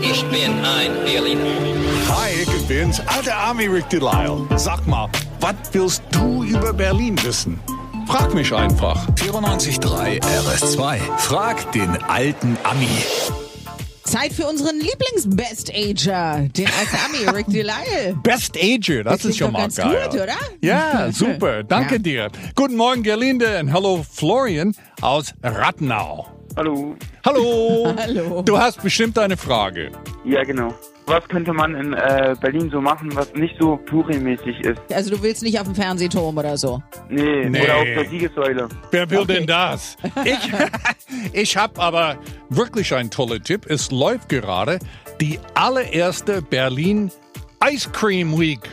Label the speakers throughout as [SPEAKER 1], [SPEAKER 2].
[SPEAKER 1] Ich bin ein Berliner.
[SPEAKER 2] Hi, ich bin's, alter Army Rick Delisle. Sag mal, was willst du über Berlin wissen? Frag mich einfach.
[SPEAKER 3] 94.3 RS2. Frag den alten Ami.
[SPEAKER 4] Zeit für unseren Lieblings-Best-Ager, den alten Ami, Rick Delisle.
[SPEAKER 2] Best Ager, das,
[SPEAKER 4] Das
[SPEAKER 2] ist schon mal
[SPEAKER 4] klingt doch
[SPEAKER 2] geil.
[SPEAKER 4] ganz gut, oder?
[SPEAKER 2] Ja, super, danke dir.
[SPEAKER 4] Ja.
[SPEAKER 2] Guten Morgen, Gerlinde, und hallo Florian aus Rattenau.
[SPEAKER 5] Hallo.
[SPEAKER 2] Hallo.
[SPEAKER 4] Hallo.
[SPEAKER 2] Du hast bestimmt eine Frage.
[SPEAKER 5] Ja, genau. Was könnte man in äh, Berlin so machen, was nicht so Touri-mäßig ist?
[SPEAKER 4] Also du willst nicht auf dem Fernsehturm oder so.
[SPEAKER 5] Nee,
[SPEAKER 2] Nee.
[SPEAKER 5] oder auf der Siegessäule.
[SPEAKER 2] Wer will denn das? Ich, ich habe aber wirklich einen tollen Tipp. Es läuft gerade die allererste Berlin Ice Cream Week.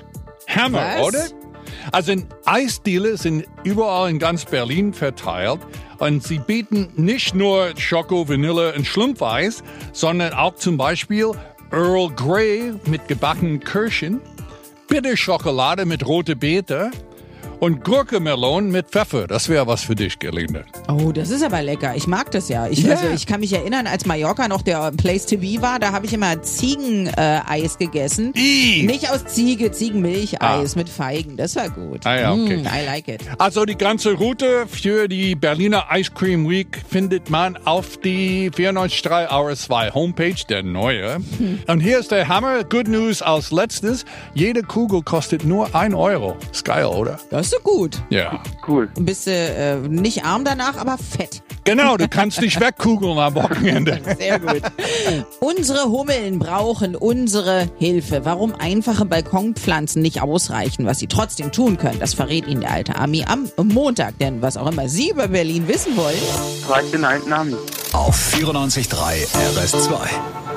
[SPEAKER 2] Hammer,
[SPEAKER 4] Was?
[SPEAKER 2] oder? Also in Eisdiele sind überall in ganz Berlin verteilt und sie bieten nicht nur Schoko, Vanille und Schlumpfeis, sondern auch zum Beispiel Earl Grey mit gebackenen Kirschen, Bitterschokolade mit rote Beete und Gurkemelon mit Pfeffer. Das wäre was für dich, Gerlinde.
[SPEAKER 4] Oh, das ist aber lecker. Ich mag das ja. Ich,
[SPEAKER 2] Ja.
[SPEAKER 4] also, ich kann mich erinnern, als Mallorca noch der Place to be war, da habe ich immer Ziegeneis gegessen.
[SPEAKER 2] I.
[SPEAKER 4] Nicht aus Ziege, Ziegenmilcheis mit Feigen. Das war gut.
[SPEAKER 2] Ah ja, okay.
[SPEAKER 4] Mm, I like it.
[SPEAKER 2] Also die ganze Route für die Berliner Ice Cream Week findet man auf die 943 Hour 2 Homepage, der neue. Und hier ist der Hammer. Good News als letztes. Jede Kugel kostet nur 1 Euro. Ist geil, oder?
[SPEAKER 4] Das ist so gut.
[SPEAKER 2] Ja.
[SPEAKER 5] Cool.
[SPEAKER 4] Ein bisschen äh, nicht arm danach, aber fett.
[SPEAKER 2] Genau, du kannst dich wegkugeln am Wochenende.
[SPEAKER 4] Sehr gut. unsere Hummeln brauchen unsere Hilfe. Warum einfache Balkonpflanzen nicht ausreichen, was sie trotzdem tun können, das verrät Ihnen der alte Ami am Montag. Denn was auch immer Sie über Berlin wissen wollen.
[SPEAKER 5] Frag den alten Namen.
[SPEAKER 3] Auf 94.3 RS2.